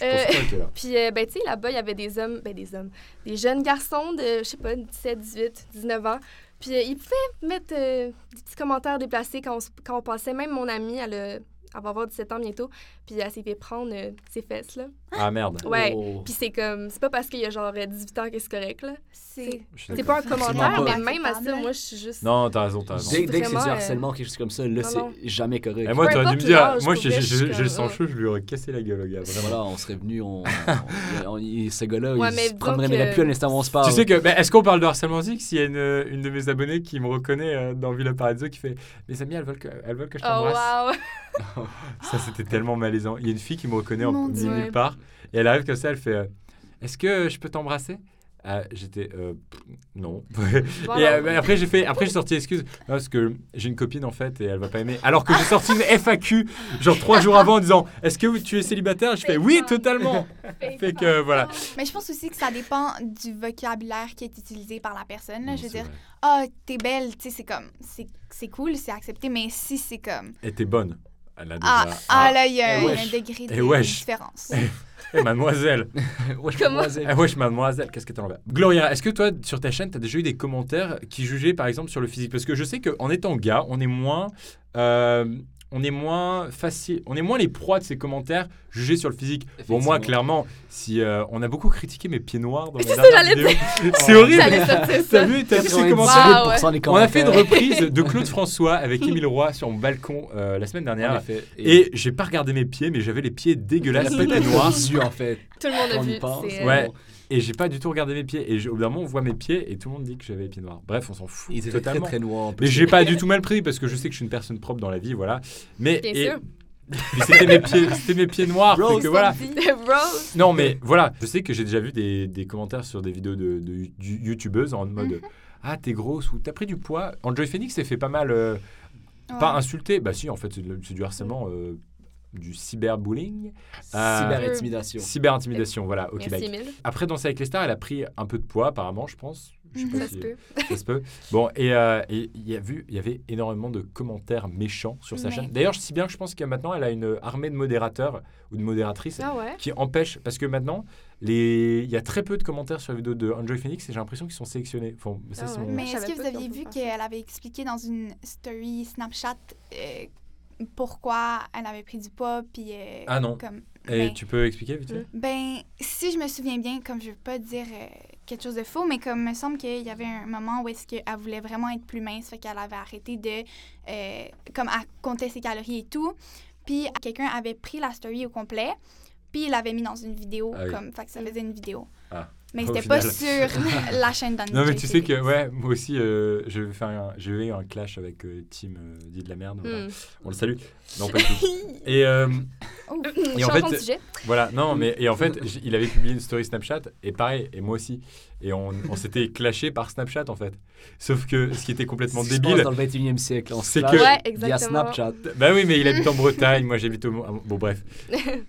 S1: Je
S2: Euh,
S1: pensais pas qu'elle était là.
S2: Puis, euh, ben, tu sais, là-bas, il y avait des hommes, ben, des hommes, des jeunes garçons de, je sais pas, 17, 18, 19 ans. Puis, euh, ils pouvaient mettre euh, des petits commentaires déplacés quand on, s- quand on passait. Même mon amie, elle, a- elle va avoir 17 ans bientôt, puis elle s'est fait prendre euh, ses fesses, là.
S1: Ah merde.
S2: Ouais.
S6: Oh.
S2: Puis, c'est comme, c'est pas parce qu'il y a genre euh, 18 ans que c'est correct, là.
S3: C'est
S1: Je suis
S2: C'est
S1: d'accord.
S2: pas un commentaire,
S6: Absolument pas.
S2: mais même à ça,
S3: Acceptable.
S2: moi, je suis juste.
S1: Non, t'as raison, t'as raison.
S6: Dès, dès que c'est
S2: Vraiment,
S6: du
S2: euh,
S6: harcèlement, quelque chose comme ça, là,
S2: non, non.
S6: c'est jamais correct.
S1: Et moi,
S2: Peu
S1: t'aurais dû me
S2: importe
S1: dire,
S2: l'âge,
S1: moi,
S2: pour
S1: j'ai
S2: vrai, je suis
S1: j'ai- j'ai le sang
S2: comme,
S1: chaud, je lui aurais cassé la gueule, au gars, vraiment.
S6: Voilà, on serait venu, on, on- on- il- ce gars-là,
S2: Ouais,
S6: il
S2: mais
S6: se
S2: donc,
S6: promènerait
S2: euh,
S6: plus à l'instant où on se parle.
S1: Tu sais que, ben, est-ce qu'on parle de harcèlement musique s'il y a une, une de mes abonnées qui me reconnaît euh, dans Villa Paradiso qui fait Mes amis, elles veulent que, elles veulent que je
S2: Oh,
S1: t'embrasse.
S2: wow!
S1: Ça, c'était tellement malaisant. Il y a une fille qui me reconnaît en
S3: Mon
S1: mille
S2: Dieu.
S1: nulle part. Et elle arrive comme ça, elle fait euh, Est-ce que je peux t'embrasser Euh, J'étais euh, pff, Non. Et
S2: Voilà.
S1: euh, ben, après, j'ai fait, après, j'ai sorti excuse. Non, parce que j'ai une copine en fait et elle va pas aimer. Alors que j'ai sorti une FAQ, genre trois jours avant, en disant Est-ce que tu es célibataire Je fais Oui, totalement. Fait que euh, voilà.
S3: Mais je pense aussi que ça dépend du vocabulaire qui est utilisé par la personne. Là.
S1: Non,
S3: Je veux
S1: c'est
S3: dire,
S1: vrai.
S3: ah, t'es belle, tu sais, c'est comme, c'est c'est cool, c'est accepté, mais si c'est comme,
S1: Et t'es bonne. Elle a
S3: ah,
S1: déjà.
S3: ah, là, il y a
S6: Eh
S3: il y a
S6: wesh.
S3: un degré de
S1: Eh wesh.
S3: différence.
S1: Eh, mademoiselle.
S6: Ouais, je
S2: Comment-
S6: croisais.
S1: Eh, wesh, mademoiselle, qu'est-ce que t'en as Gloria, est-ce que toi, sur ta chaîne, t'as déjà eu des commentaires qui jugeaient par exemple sur le physique Parce que je sais qu'en étant gars, on est moins. euh, on est moins facile, on est moins les proies de ces commentaires jugés sur le physique. Bon, moi,
S6: Effectivement.
S1: clairement, si euh, on a beaucoup critiqué mes pieds noirs dans mes
S2: C'est ça,
S1: dernières
S2: j'allais
S1: vidéos. C'est horrible.
S2: J'allais sortir
S1: T'as
S2: ça.
S1: vu, t'as vu ces
S6: 97%
S1: commentaires
S6: des
S1: On a fait une
S6: commentaires.
S1: reprise de Claude François avec Émile Roy sur mon balcon euh, la semaine
S6: En
S1: dernière.
S6: effet.
S1: Et j'ai pas regardé mes pieds, mais j'avais les pieds dégueulasses,
S6: la
S1: les
S6: pète
S1: noirs.
S6: noirs. en fait.
S2: Tout le monde a
S6: On y
S2: vu.
S6: pense.
S2: c'est, euh,
S1: Ouais. Et j'ai pas du tout regardé mes pieds. Et j'ai- au bout d'un moment, on voit mes pieds et tout le monde dit que j'avais les pieds noirs. Bref, on s'en fout
S6: Ils étaient
S1: totalement.
S6: très très noirs.
S1: Mais j'ai pas du tout mal pris parce que je sais que je suis une personne propre dans la vie, voilà. Mais
S2: Bien
S1: et-
S2: sûr.
S1: mais c'était mes pieds, c'était mes pieds noirs,
S6: Rose,
S1: fait que voilà.
S2: Rose.
S1: Non, mais voilà, je sais que j'ai déjà vu des, des commentaires sur des vidéos de, de you- youtubeuses en mode Ah, t'es grosse ou t'as pris du poids. Enjoy Phoenix s'est fait pas mal, euh, pas
S3: Ouais.
S1: insulté. Bah, si, en fait, c'est de- c'est du harcèlement, euh, du cyberbullying, Euh,
S6: Cyber-intimidation.
S1: cyberintimidation. Voilà, ok,
S2: Merci,
S1: like.
S2: Emile.
S1: Après, Danser avec les stars, elle a pris un peu de poids, apparemment, je pense. Je sais pas
S2: Ça se
S1: si-
S2: peut.
S1: ça se peut. Bon, et euh, et il y a vu, il y avait énormément de commentaires méchants sur sa
S3: Mais-
S1: chaîne. D'ailleurs, si bien que je pense que maintenant, elle a une armée de modérateurs ou de modératrices
S2: Ah ouais?
S1: qui empêche parce que maintenant les il y a très peu de commentaires sur la vidéo de Enjoy Phoenix et j'ai l'impression qu'ils sont sélectionnés. Enfin, ça,
S2: Ah
S1: c'est
S2: ouais.
S1: mon-
S3: Mais
S2: Je
S3: est-ce
S2: savais
S3: que vous
S2: pas qu'on
S3: aviez
S2: pouvait
S3: vu
S2: faire ça.
S3: qu'elle avait expliqué dans une story Snapchat euh, pourquoi elle avait pris du poids, puis euh,
S1: Ah non.
S3: comme,
S1: Et
S3: ben,
S1: tu peux expliquer
S2: Mhm.
S1: vite fait
S3: Ben, si je me souviens bien, comme je veux pas dire euh, quelque chose de faux, mais comme me semble qu'il y avait un moment où est-ce qu'elle voulait vraiment être plus mince, fait qu'elle avait arrêté de, euh, comme à compter ses calories et tout. Puis quelqu'un avait pris la story au complet, puis il l'avait mis dans une vidéo,
S1: Ah oui.
S3: comme, fait que ça faisait une vidéo.
S1: Ah.
S3: Mais
S1: Au
S3: c'était pas sur
S1: final.
S3: la chaîne d'Annie.
S1: Non mais tu sais
S3: JTV.
S1: que ouais moi aussi euh, je vais faire un, je vais eu un clash avec euh, Tim euh, dit de la merde. voilà.
S2: Hmm.
S1: On le salue. Non pas du tout. Et euh,
S3: Oh.
S1: Et en
S2: Changeons
S1: fait-
S2: de sujet.
S1: voilà non mais et en fait j- il avait publié une story Snapchat et pareil et moi aussi et on, on s'était clashé par Snapchat en fait. Sauf que ce qui était complètement
S6: C'est ce qui se
S1: débile
S6: passe Dans le 21e siècle, on se
S1: C'est
S6: clash
S1: que-
S2: Ouais,
S6: via
S2: exactement.
S6: Snapchat.
S1: Bah oui, mais il habite en Bretagne, moi j'habite au. Mont- Bon, bref.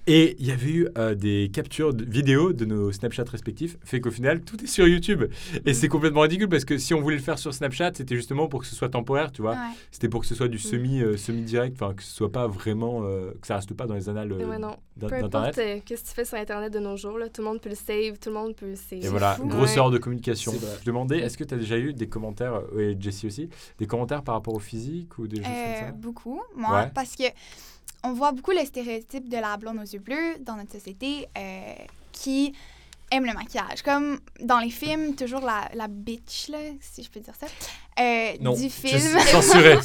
S1: Et il y avait eu euh, des captures de vidéos de nos Snapchat respectifs, fait qu'au final, tout est sur YouTube. Et c'est complètement ridicule parce que si on voulait le faire sur Snapchat, c'était justement pour que ce soit
S2: Ah.
S1: temporaire, tu vois.
S3: Ouais.
S1: C'était pour que ce soit du semi, euh, semi-direct, enfin, que ce soit pas vraiment. euh, que ça reste pas dans les annales le
S2: Ouais, non.
S1: d'in-
S2: Peu importe
S1: d'internet.
S2: euh, qu'est-ce que tu fais sur Internet de nos jours, là, tout le monde peut le save, tout le monde peut. C'est
S1: Et voilà,
S2: fou.
S1: grosse
S2: Ouais.
S1: erreur de communication.
S6: C'est vrai.
S1: Je demandais, est-ce que tu as déjà eu des commentaires, euh, et Jessie aussi, des commentaires par rapport au physique ou des choses
S3: Euh,
S1: comme
S3: beaucoup, moi,
S1: Ouais.
S3: parce que on voit beaucoup le stéréotype de la blonde aux yeux bleus dans notre société euh, qui aime le maquillage. Comme dans les films, toujours la, la bitch, là, si je peux dire ça, euh,
S1: Non,
S3: du
S1: ça
S3: film.
S1: Je- Censuré.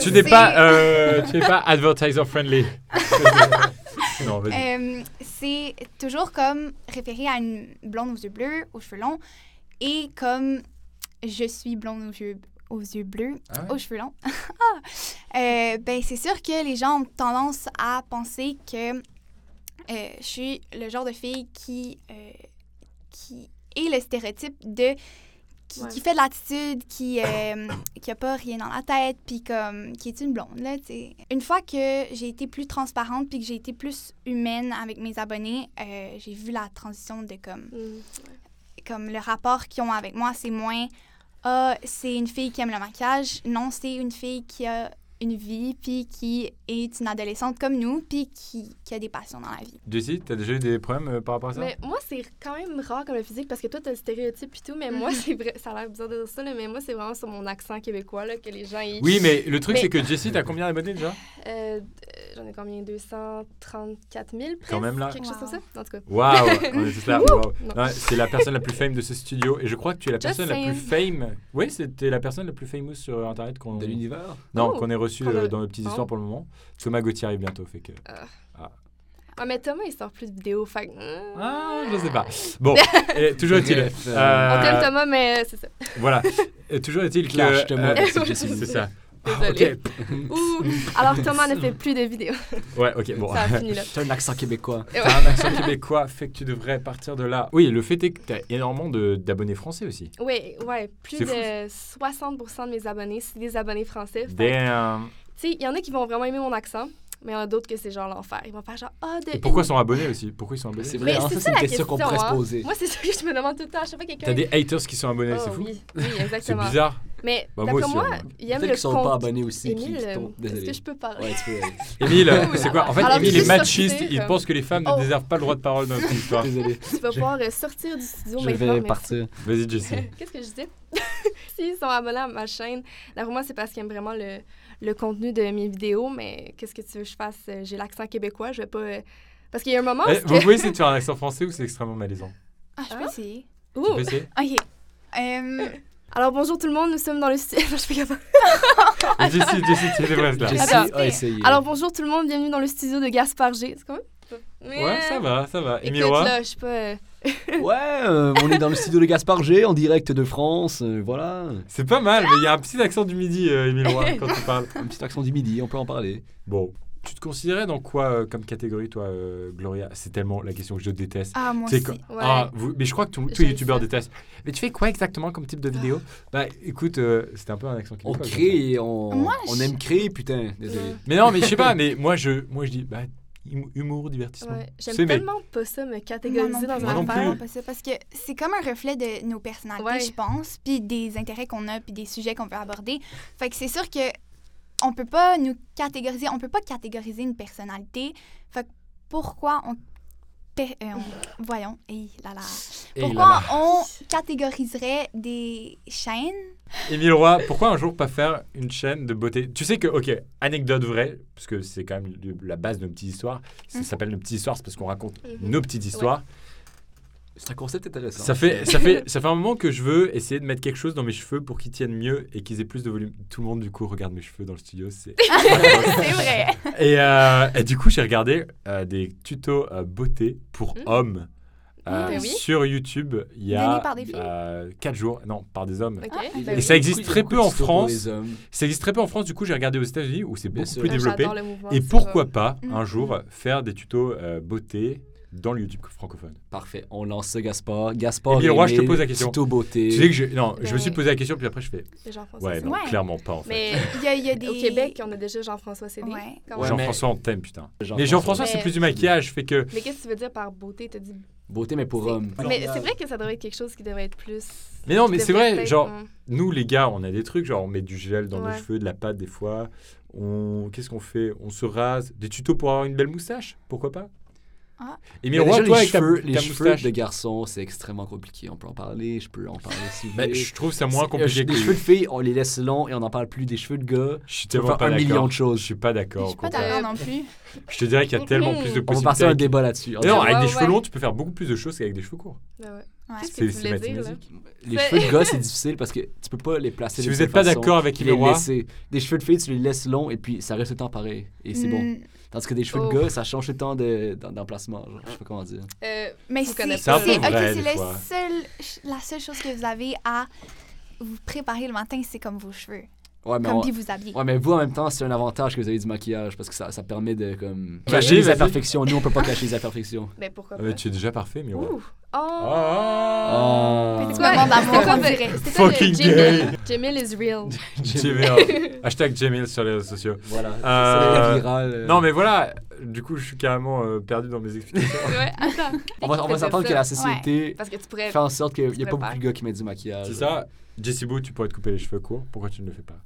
S1: tu n'es
S3: C'est-
S1: pas, euh, tu n'es pas advertiser friendly. non, vas-y.
S3: Euh, c'est toujours comme référé à une blonde aux yeux bleus, aux cheveux longs, et comme je suis blonde aux yeux, aux yeux bleus,
S1: Ah ouais?
S3: aux cheveux longs. Ah! Euh, ben, c'est sûr que les gens ont tendance à penser que euh, je suis le genre de fille qui, euh, qui est le stéréotype de. Qui,
S2: Ouais.
S3: qui fait de l'attitude, qui, euh, qui a pas rien dans la tête, puis comme, qui est une blonde, là, tu sais. Une fois que j'ai été plus transparente, puis que j'ai été plus humaine avec mes abonnés, euh, j'ai vu la transition de comme,
S2: Mm.
S3: comme le rapport qu'ils ont avec moi, c'est moins ah, c'est une fille qui aime le maquillage. Non, c'est une fille qui a une vie, puis qui est une adolescente comme nous, puis qui, qui a des passions dans la vie.
S1: Jessie, tu as déjà eu des problèmes euh, par rapport à ça
S2: Mais moi, c'est quand même rare comme le physique parce que toi, t'as le stéréotype et tout, mais moi, c'est vrai, ça a l'air bizarre de dire ça, là, mais moi, c'est vraiment sur mon accent québécois là, que les gens y.
S1: Oui, mais le truc,
S2: Mais-
S1: c'est que Jessie, t'as combien d'abonnés déjà
S2: Euh, euh, J'en ai combien 234 000 presque,
S1: Quand même, là.
S2: Quelque chose comme ça.
S3: Wow.
S2: En tout cas.
S1: Waouh, on est tous là. wow.
S2: Non.
S1: Non, c'est la personne la plus fame de ce studio et je crois que tu es la
S2: Just
S1: personne la plus fame. Oui, c'était la personne la plus famous sur internet qu'on
S6: De l'univers
S1: Non,
S2: Oh,
S1: qu'on ait hein reçu euh,
S2: qu'on a-
S1: dans nos petites
S2: Oh.
S1: histoires pour le moment. Thomas Gauthier arrive bientôt, fait que.
S2: Ah, mais Thomas, il sort plus de vidéos. Fait que, mm.
S1: Ah, je sais pas. Bon, et toujours est-il.
S6: Bref, euh,
S2: On t'aime,
S1: euh,
S2: Thomas, mais c'est ça.
S1: voilà. Et toujours est-il que.
S6: Clash, Thomas,
S1: euh,
S2: c'est Jessie.
S1: c'est ça.
S2: Désolée.
S1: Ah, Ok.
S2: Ouh. Alors, Thomas ne fait plus de vidéos.
S1: Ouais, ok, bon.
S2: Ça a fini là.
S6: T'as un accent québécois.
S1: T'as un accent québécois, fait que tu devrais partir de là. Oui, le fait est que t'as énormément de- d'abonnés français aussi.
S2: Oui, ouais, plus
S1: C'est
S2: de
S1: fou,
S2: 60% de mes abonnés, c'est des abonnés français. Fait que,
S1: Damn.
S2: Tu sais, il y en a qui vont vraiment aimer mon accent, mais il y en a d'autres que c'est genre l'enfer. Ils vont faire genre, ah, de.
S1: Et pourquoi ils
S2: une-
S1: sont abonnés aussi Pourquoi ils sont abonnés
S6: C'est vrai,
S2: Mais
S6: hein,
S2: c'est ça
S6: ça c'est une
S2: la
S6: question qu'on
S2: question,
S6: pourrait se
S2: hein.
S6: poser.
S2: Moi, c'est ça que je me demande tout le temps. À chaque fois que
S1: T'as
S2: quelqu'un.
S1: des haters qui sont abonnés,
S2: Oh,
S1: c'est fou.
S2: Oui, oui,
S1: C'est
S2: exactement.
S1: bizarre.
S2: Mais
S1: Bah, moi
S2: d'après
S1: aussi,
S2: moi,
S1: remarque.
S2: il aime
S6: Peut-être
S2: le
S6: qu'ils sont pas
S2: compte.
S6: abonnés aussi. qui-
S2: Émile,
S6: qui
S2: euh,
S6: tombent.
S2: est-ce que
S6: Désolé.
S2: je peux parler?
S6: Ouais, tu peux-
S1: Émile,
S2: Oui,
S1: c'est quoi En fait,
S2: alors,
S1: Émile
S2: juste
S1: est machiste.
S2: sortir,
S1: Il
S2: euh,
S1: pense que les femmes
S2: oh.
S1: ne déservent pas le droit de parole dans notre histoire.
S6: Désolé,
S2: Tu vas pouvoir euh, sortir du studio
S6: je
S2: maintenant.
S6: vais
S2: merci.
S6: partir.
S1: Vas-y, Jessie.
S2: Qu'est-ce que je dis? S'ils sont abonnés à ma chaîne, là, pour moi, c'est parce qu'ils aiment vraiment le, le contenu de mes vidéos, mais qu'est-ce que tu veux que je fasse? Euh, J'ai l'accent québécois, je vais pas... euh, Parce qu'il y a un moment... où
S1: Eh,
S2: est-ce
S1: Vous
S2: que-
S1: pouvez essayer de faire un accent français ou c'est extrêmement malaisant
S3: Ah, je peux
S2: Ah.
S3: essayer.
S2: Ouh!
S1: Tu peux essayer
S3: OK. Euh,
S2: Alors, bonjour tout le monde, nous sommes dans le studio... je suis pas capable.
S1: Et Jessie, Jessie, tu es là.
S6: Jessie
S2: Attends.
S6: a essayé.
S2: Alors, bonjour tout le monde, bienvenue dans le studio de Gaspard G. C'est quand même...
S1: Ouais, ça va, ça va.
S2: Écoute,
S1: Émile Roy
S2: là, je suis pas... euh,
S6: Ouais, euh, on est dans le studio de Gaspard G, en direct de France, euh, voilà.
S1: C'est pas mal, mais il y a un petit accent du midi, euh, Émile Roy, quand tu parles.
S6: Un petit accent du midi, on peut en parler.
S1: Bon. Tu te considérais dans quoi euh, comme catégorie, toi, euh, Gloria C'est tellement la question que je déteste.
S3: ah, moi
S1: C'est
S3: aussi.
S1: quoi
S2: Ouais.
S1: ah, vous- Mais je crois que tout- tous
S2: J'aime
S1: les youtubeurs
S2: ça.
S1: détestent. Mais tu fais quoi exactement comme type de vidéo
S2: Ah.
S1: Bah écoute, euh, c'était un peu un accent
S6: On
S1: québécois. comme ça.
S6: crée, et on,
S3: Moi,
S6: on
S3: je-
S6: aime créer, putain, désolé.
S1: Mais non, mais je sais pas, mais moi je, moi, je dis bah, hum- humour, divertissement.
S2: ouais, J'aime
S1: C'est mes-
S2: tellement pas ça, me catégoriser dans
S1: Moi
S2: un
S1: non
S2: affaire.
S1: plus.
S3: pas ça, parce que c'est comme un reflet de nos personnalités,
S2: Ouais.
S3: je pense, puis des intérêts qu'on a, puis des sujets qu'on veut aborder. Fait que c'est sûr que on peut pas nous catégoriser, on peut pas catégoriser une personnalité. Fait que pourquoi on, per- euh, on- voyons, hey, là là.
S1: Et
S3: pourquoi
S1: là,
S3: on catégoriserait des chaînes
S1: Émile Roy, pourquoi un jour pas faire une chaîne de beauté Tu sais que, ok, anecdote vraie, parce que c'est quand même le- la base de nos petites histoires. Ça
S3: Mhm.
S1: s'appelle nos petites histoires, c'est parce qu'on raconte
S2: Mhm.
S1: nos petites histoires.
S6: C'est un concept intéressant.
S1: Ça fait, ça, fait, ça fait un moment que je veux essayer de mettre quelque chose dans mes cheveux pour qu'ils tiennent mieux et qu'ils aient plus de volume. Tout le monde, du coup, regarde mes cheveux dans le studio. C'est
S3: C'est vrai.
S1: et, euh, et du coup, j'ai regardé euh, des tutos euh, beauté pour
S2: Mhm.
S1: hommes euh,
S2: Mhm. Oui.
S1: sur YouTube il y a
S3: Donnés par des filles
S1: 4 jours. Non, par des hommes.
S2: Ok.
S3: Ah,
S2: ben
S1: Et
S2: oui.
S1: ça existe très peu en France.
S6: Les hommes.
S1: Ça existe très peu en France, du coup, j'ai regardé aux États-Unis où c'est
S6: Bien
S1: beaucoup
S6: sûr.
S1: plus
S2: Ah,
S1: développé.
S2: j'adore le mouvement,
S1: Et
S2: c'est
S1: pourquoi pas, un
S3: Mhm.
S1: jour, faire des tutos euh, beauté dans le YouTube francophone
S6: Parfait, on lance ça, Gaspard. Gaspard,
S1: Émile Roy, je te
S6: Aimé,
S1: pose la question.
S6: Tuto beauté.
S1: Tu sais que je... Non, je me
S2: Ben-
S1: suis posé la question, puis après, je fais...
S2: vrai. Et Jean-François
S1: Ouais,
S2: Cédé.
S1: non,
S3: Ouais.
S1: clairement pas, en fait.
S2: Mais
S3: Il y a, il y a des
S2: au Québec, on a déjà Jean-François Cédé.
S3: Ouais.
S2: quand
S6: Ouais,
S2: même.
S1: Jean-François, on t'aime, putain.
S6: Jean-François.
S1: Mais Jean-François,
S2: Mais-
S1: c'est plus du maquillage, fait que...
S2: Mais qu'est-ce que tu veux dire par beauté? T'as dit
S6: Beauté, mais pour
S2: C'est-
S6: homme.
S2: Mais c'est vrai que ça devrait être quelque chose qui devrait être plus.
S1: Ah, Mais non,
S2: qui
S1: mais c'est
S2: devrait
S1: vrai,
S2: être,
S1: genre,
S2: hum,
S1: Nous, les gars, on a des trucs, genre on met du gel dans nos
S2: Ouais.
S1: cheveux, de la pâte des fois. On... Qu'est-ce qu'on fait On se rase. Des tutos pour avoir une belle moustache Pourquoi pas
S3: Ah.
S1: Et
S6: Mais
S1: Miro,
S6: déjà,
S1: toi,
S6: les
S1: avec ta,
S6: cheveux,
S1: ta
S6: les cheveux
S1: moustache.
S6: de garçon, c'est extrêmement compliqué. On peut en parler, je peux en parler si vous
S1: Mais
S6: voulez.
S1: Bah, je trouve ça moins
S6: C'est-
S1: compliqué
S6: euh,
S1: que
S6: Les cheveux de filles, on les laisse longs et on n'en parle plus. Des cheveux de gars,
S1: Je suis
S6: tu peux
S1: tellement
S6: faire
S1: pas
S6: un million
S1: d'accord.
S6: de choses.
S1: Je suis pas
S3: Je
S1: d'accord. au
S3: suis pas
S1: contraire.
S3: d'accord non plus.
S1: Je te dirais qu'il y a tellement
S2: Mhm.
S1: plus de
S6: On va passer
S1: possibilités.
S6: à un
S1: avec-
S6: débat là-dessus.
S1: Mais Non, avec
S2: Ouais,
S1: des cheveux
S2: ouais.
S1: longs, tu peux faire beaucoup plus de choses qu'avec des cheveux courts.
S2: ben ouais.
S3: Ouais.
S2: Qu'est-ce que
S1: C'est
S2: tu voulais
S1: c'est
S2: dire, là?
S1: mathématique.
S6: Les
S2: C'est-
S6: cheveux de gars, c'est difficile parce que tu peux pas les placer.
S1: Si
S6: de
S1: vous
S6: telle
S1: n'êtes pas
S6: façon.
S1: d'accord avec
S6: Tu les
S1: Imerois,
S6: laisses- Des cheveux de filles, tu les laisses longs et puis ça reste tout le temps pareil. Et c'est bon.
S3: Mm,
S6: Tandis que des cheveux
S2: Hmm. Oh.
S6: de gars, ça change tout le temps de- d'en- d'emplacement. genre, Je sais pas comment dire.
S2: Euh,
S3: Mais
S2: Vous
S3: c'est
S2: connaissez
S3: c'est-
S2: pas. C'est un
S3: ok,
S2: peu
S1: vrai, des
S3: c'est le
S1: fois.
S3: seul- la seule chose que vous avez à vous préparer le matin, c'est comme vos cheveux,
S6: Ben Ouais, mais,
S3: comme
S6: on-
S3: puis vous habillez.
S6: ouais, mais vous, en même temps, c'est un avantage que vous avez du maquillage parce que ça, ça permet de comme,
S1: Cacher,
S6: cacher les
S1: vas-y.
S6: imperfections. Nous, on peut pas cacher les imperfections.
S2: ben pourquoi
S1: Ah,
S2: pas.
S1: mais tu es déjà parfait, Miro.
S2: Ouh. Oh.
S1: Ah,
S6: Ah.
S3: Petit
S2: Ouais,
S3: moment d'amour,
S2: c'est comme-
S3: on dirait.
S2: c'est comme le
S1: Fucking
S2: Jamil. Jamil is real.
S1: Gmail. Hashtag Gmail sur les réseaux sociaux.
S6: Voilà.
S1: Euh,
S6: c'est viral. euh.
S1: Non, mais voilà, du coup, je suis carrément euh, perdu dans mes explications.
S2: ouais, attends.
S6: On va, on va s'entendre que la société
S2: Parce que tu pourrais.
S6: fait en sorte qu'il n'y a
S2: pourrais pas.
S6: pas beaucoup de gars qui mettent du maquillage.
S1: C'est ça. Jessie Boo, tu pourrais te couper les cheveux courts. Pourquoi tu ne le fais pas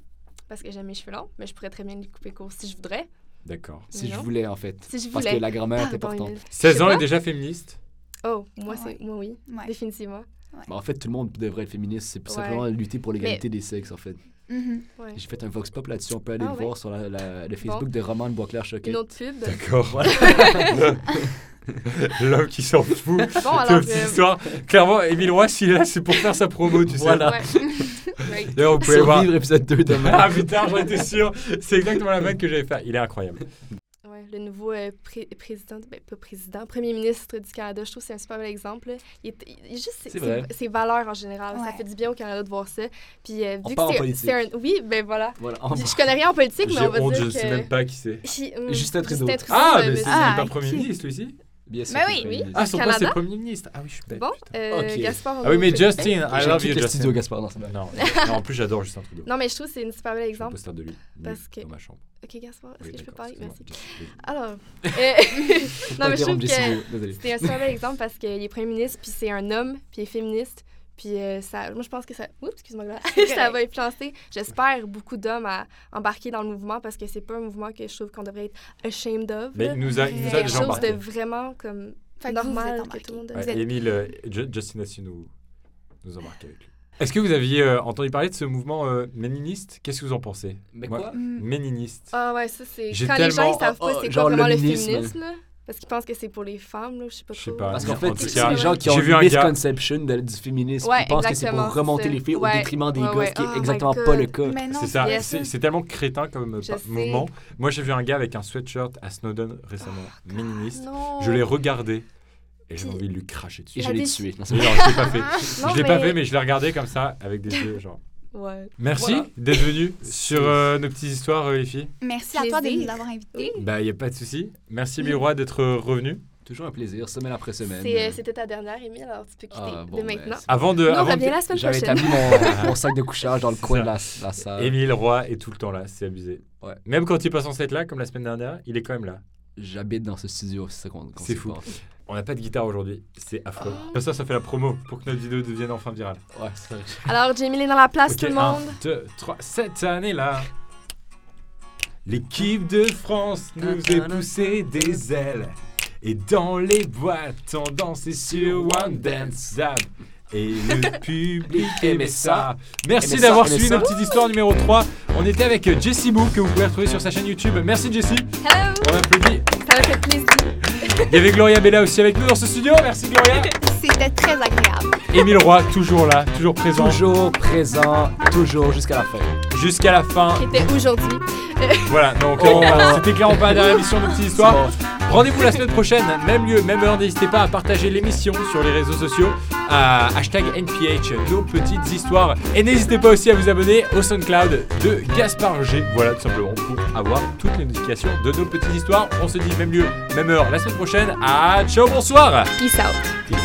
S2: Parce que j'aime mes cheveux longs, mais je pourrais très bien les couper court si je voudrais.
S1: D'accord.
S6: Si je
S2: Non.
S6: voulais, en fait.
S2: Si je
S6: Parce
S2: voulais. Ah,
S6: que la grammaire est
S2: Pardon,
S6: importante.
S2: Emile.
S1: 16 ans,
S2: pas.
S1: elle est déjà féministe.
S2: Oh, moi,
S3: Ah
S2: c'est,
S3: ouais.
S2: moi oui,
S3: Ouais.
S2: définitivement.
S6: Bah, en fait, tout le monde devrait être féministe. C'est
S2: Ouais.
S6: simplement lutter pour l'égalité des sexes, en fait.
S3: Mhm.
S2: Ouais.
S6: J'ai fait un vox pop là-dessus. On peut aller
S2: Ah
S6: le
S2: ouais.
S6: voir sur la- la- le Facebook de Roman Boisclair-Choquet.
S2: Une autre pub.
S1: D'accord. L'homme qui s'en fout.
S2: Bon, alors.
S1: Petite
S2: euh,
S1: histoire. Clairement, Émile Roy, s'il est là, c'est pour faire sa promo, tu
S6: Voilà.
S1: sais.
S2: ouais. Ouais.
S1: D'ailleurs, vous pouvez le voir.
S6: Survivre épisode 2 demain.
S1: Ah putain, j'en étais sûr. C'est exactement la même que j'allais faire. Il est incroyable.
S2: Ouais, le nouveau euh, pré- président, ben, pas président, premier ministre du Canada, je trouve que c'est un super bel exemple. là. Il est, il- il- juste ses,
S6: C'est vrai.
S2: ses- ses valeurs en général, ça
S3: Ouais.
S2: fait du bien au Canada de voir ça. Puis euh,
S6: On
S2: vu
S6: part en
S2: que c'est-
S6: politique.
S2: c'est un... Oui, ben voilà.
S6: Voilà. on-
S2: Je connais rien en politique, mais
S1: J'ai
S2: on va
S1: honte,
S2: dire
S1: je ne
S2: que...
S1: sais même pas qui c'est.
S2: Qui- hum,
S6: Justin Trudeau.
S1: Ah, mais c'est
S2: monsieur.
S1: il
S3: Ah,
S1: est pas Premier
S3: ok.
S1: ministre, lui aussi
S6: Bien sûr.
S3: Mais oui,
S6: on peut
S2: oui.
S6: le dire.
S1: Ah, son poste,
S2: Canada
S1: c'est Premier ministre. Ah oui, je suis bête.
S2: Bon,
S1: putain.
S2: euh,
S6: Ok.
S2: Gaspard... on
S1: Ah oui, mais
S2: peut-
S1: Justin, I
S6: J'ai
S1: love
S6: quitté
S1: you,
S6: le
S1: Justin.
S6: studio, Gaspard. Non, c'est bon.
S1: Non, non, en plus, j'adore Justin Trudeau.
S2: Non, mais je trouve que c'est un super bel
S1: J'ai un
S2: exemple.
S1: poster de lui nul,
S2: Parce que-
S1: dans ma chambre.
S2: Ok, Gaspard, est-ce
S1: Oui,
S2: que je peux
S1: d'accord,
S2: parler?
S1: excuse-moi,
S2: Merci.
S1: Justin.
S2: Alors, euh,
S6: Faut
S2: Non,
S6: pas
S2: mais je trouve
S6: interrompre
S2: que-
S6: Jessie, désolé.
S2: C'était un super bel exemple parce qu'il est premier ministre, puis c'est un homme, puis il est féministe. Puis euh, ça, moi, je pense que ça, oups, excuse-moi, Glenn. ça va influencer, j'espère, beaucoup d'hommes à embarquer dans le mouvement parce que c'est pas un mouvement que je trouve qu'on devrait être ashamed of.
S1: Mais
S2: là.
S1: il nous a, il nous
S2: c'est
S1: a
S2: quelque
S1: déjà
S2: chose de
S1: embarqué.
S2: vraiment comme
S3: Fait que vous, vous
S2: normal
S3: êtes
S2: que
S3: embarqués.
S2: tout le monde.
S1: Ouais,
S3: Vous êtes-
S1: Émile, euh, Ju- Justin a su nous, nous embarquer avec lui. Est-ce que vous aviez euh, entendu parler de ce mouvement euh, méniniste Qu'est-ce que vous en pensez
S6: Mais
S1: Moi-
S6: quoi
S3: Mm.
S1: Méniniste.
S2: Ah ouais, ça c'est
S1: J'ai
S2: quand les gens
S1: tellement-
S2: ils savent
S6: oh,
S2: pas
S6: oh,
S2: c'est quoi
S6: genre le
S2: vraiment le
S6: féminisme.
S2: féminisme, là, parce qu'ils pensent que c'est pour les femmes, là, je sais pas
S1: Je
S2: trop.
S1: sais pas.
S6: Parce
S1: Ah,
S6: qu'en fait,
S1: en tout
S6: c'est
S1: cas,
S6: les gens qui
S1: j'ai
S6: ont
S1: vu
S6: une
S1: un gars-
S6: misconception de- du féminisme.
S2: Ouais,
S6: qui pensent que c'est pour
S2: exactement,
S6: remonter
S2: c'est-
S6: les filles
S2: ouais,
S6: au détriment des
S2: ouais,
S6: gosses,
S2: ouais.
S6: qui
S2: Oh
S6: est
S2: my
S6: exactement
S2: God.
S6: pas le cas.
S3: Mais non,
S1: C'est ça,
S2: yes.
S1: c'est c'est tellement crétin comme euh,
S2: Je
S1: pa-
S2: sais.
S1: mouvement. Moi, j'ai vu un gars avec un sweatshirt à Snowden récemment, méniniste.
S2: Oh, Non.
S1: Je l'ai regardé et j'ai
S2: Puis-
S1: envie de lui cracher dessus.
S6: Et
S1: Non,
S6: je
S2: La
S6: l'ai
S2: déci-
S6: tué. Non, c'est-
S1: je l'ai pas fait.
S2: Non,
S1: je l'ai pas fait, mais je l'ai regardé comme ça, avec des yeux genre.
S2: Ouais.
S1: Merci
S6: Voilà.
S1: d'être venu sur euh, nos petites histoires, euh, les filles.
S3: Merci à toi de nous
S2: Plaisir.
S3: avoir invités.
S1: Bah, il n'y a pas de souci. Merci, Miroir, d'être euh, revenu.
S6: Toujours un plaisir, semaine après semaine.
S2: C'est-
S6: Euh,
S2: C'était ta dernière, Émile, alors tu peux quitter
S6: Ah, bon,
S2: dès
S6: ben,
S2: maintenant.
S6: c'est-
S1: Avant de.
S2: non,
S1: avant
S2: reviens la semaine
S6: J'avais
S2: prochaine.
S6: établi mon, mon sac de couchage dans le
S1: C'est
S6: coin
S1: ça.
S6: de la, la salle.
S1: Émile Roy est tout le temps là, c'est abusé.
S6: Ouais.
S1: Même quand il passe en être là, comme la semaine dernière, il est quand même là.
S6: J'habite dans ce studio, c'est ça qu'on qu'on
S1: C'est
S6: sait
S1: fou.
S6: pas, en fait.
S1: On n'a pas de guitare aujourd'hui, c'est affreux.
S2: Oh.
S1: Comme ça, ça fait la promo pour que notre vidéo devienne enfin virale.
S6: Ouais, c'est vrai.
S2: Alors, Jamie est dans la place,
S1: Ok, ah.
S2: tout le
S1: un,
S2: monde.
S1: deux, trois. Cette année-là, l'équipe de France nous est poussée des ailes. Et dans les boîtes, on dansait sur One Dance App. Et le public aimait ça. Merci
S6: Aimait ça,
S1: d'avoir
S6: aimait
S1: suivi
S6: ça.
S1: notre petite histoire numéro 3. On était avec Jessie Boo, que vous pouvez retrouver sur sa chaîne YouTube. Merci Jessie,
S2: Hello!
S1: on applaudit.
S2: Ça m'a fait plaisir.
S1: Il y avait Gloria Bella aussi avec nous dans ce studio. Merci Gloria.
S3: C'était très agréable.
S1: Émile Roy, toujours là, toujours présent.
S6: Toujours présent, toujours jusqu'à la fin.
S1: Jusqu'à la fin.
S2: qui était aujourd'hui.
S1: Voilà, donc
S6: Oh.
S1: euh, c'était clairement pas la dernière émission de Petite Histoire.
S6: C'est bon.
S1: Rendez-vous la semaine prochaine, même lieu, même heure. N'hésitez pas à partager l'émission sur les réseaux sociaux. à hashtag NPH, nos petites histoires. Et n'hésitez pas aussi à vous abonner au SoundCloud de Gaspard G. Voilà, tout simplement, pour avoir toutes les notifications de nos petites histoires. On se dit même lieu, même heure la semaine prochaine. À ciao, bonsoir.
S2: Peace out.
S1: Peace